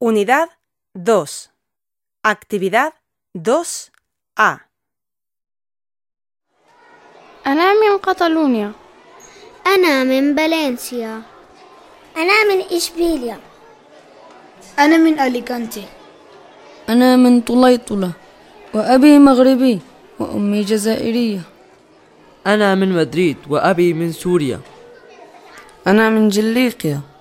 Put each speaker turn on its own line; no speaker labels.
Unidad 2. Actividad 2A.
أنا من قطلونيا
أنا من فالنسيا أنا من إشبيليا
أنا من أليغانتي
أنا من طليطلة وأبي مغربي وأمي جزائرية
أنا من مدريد وأبي من سوريا
أنا من جليقيا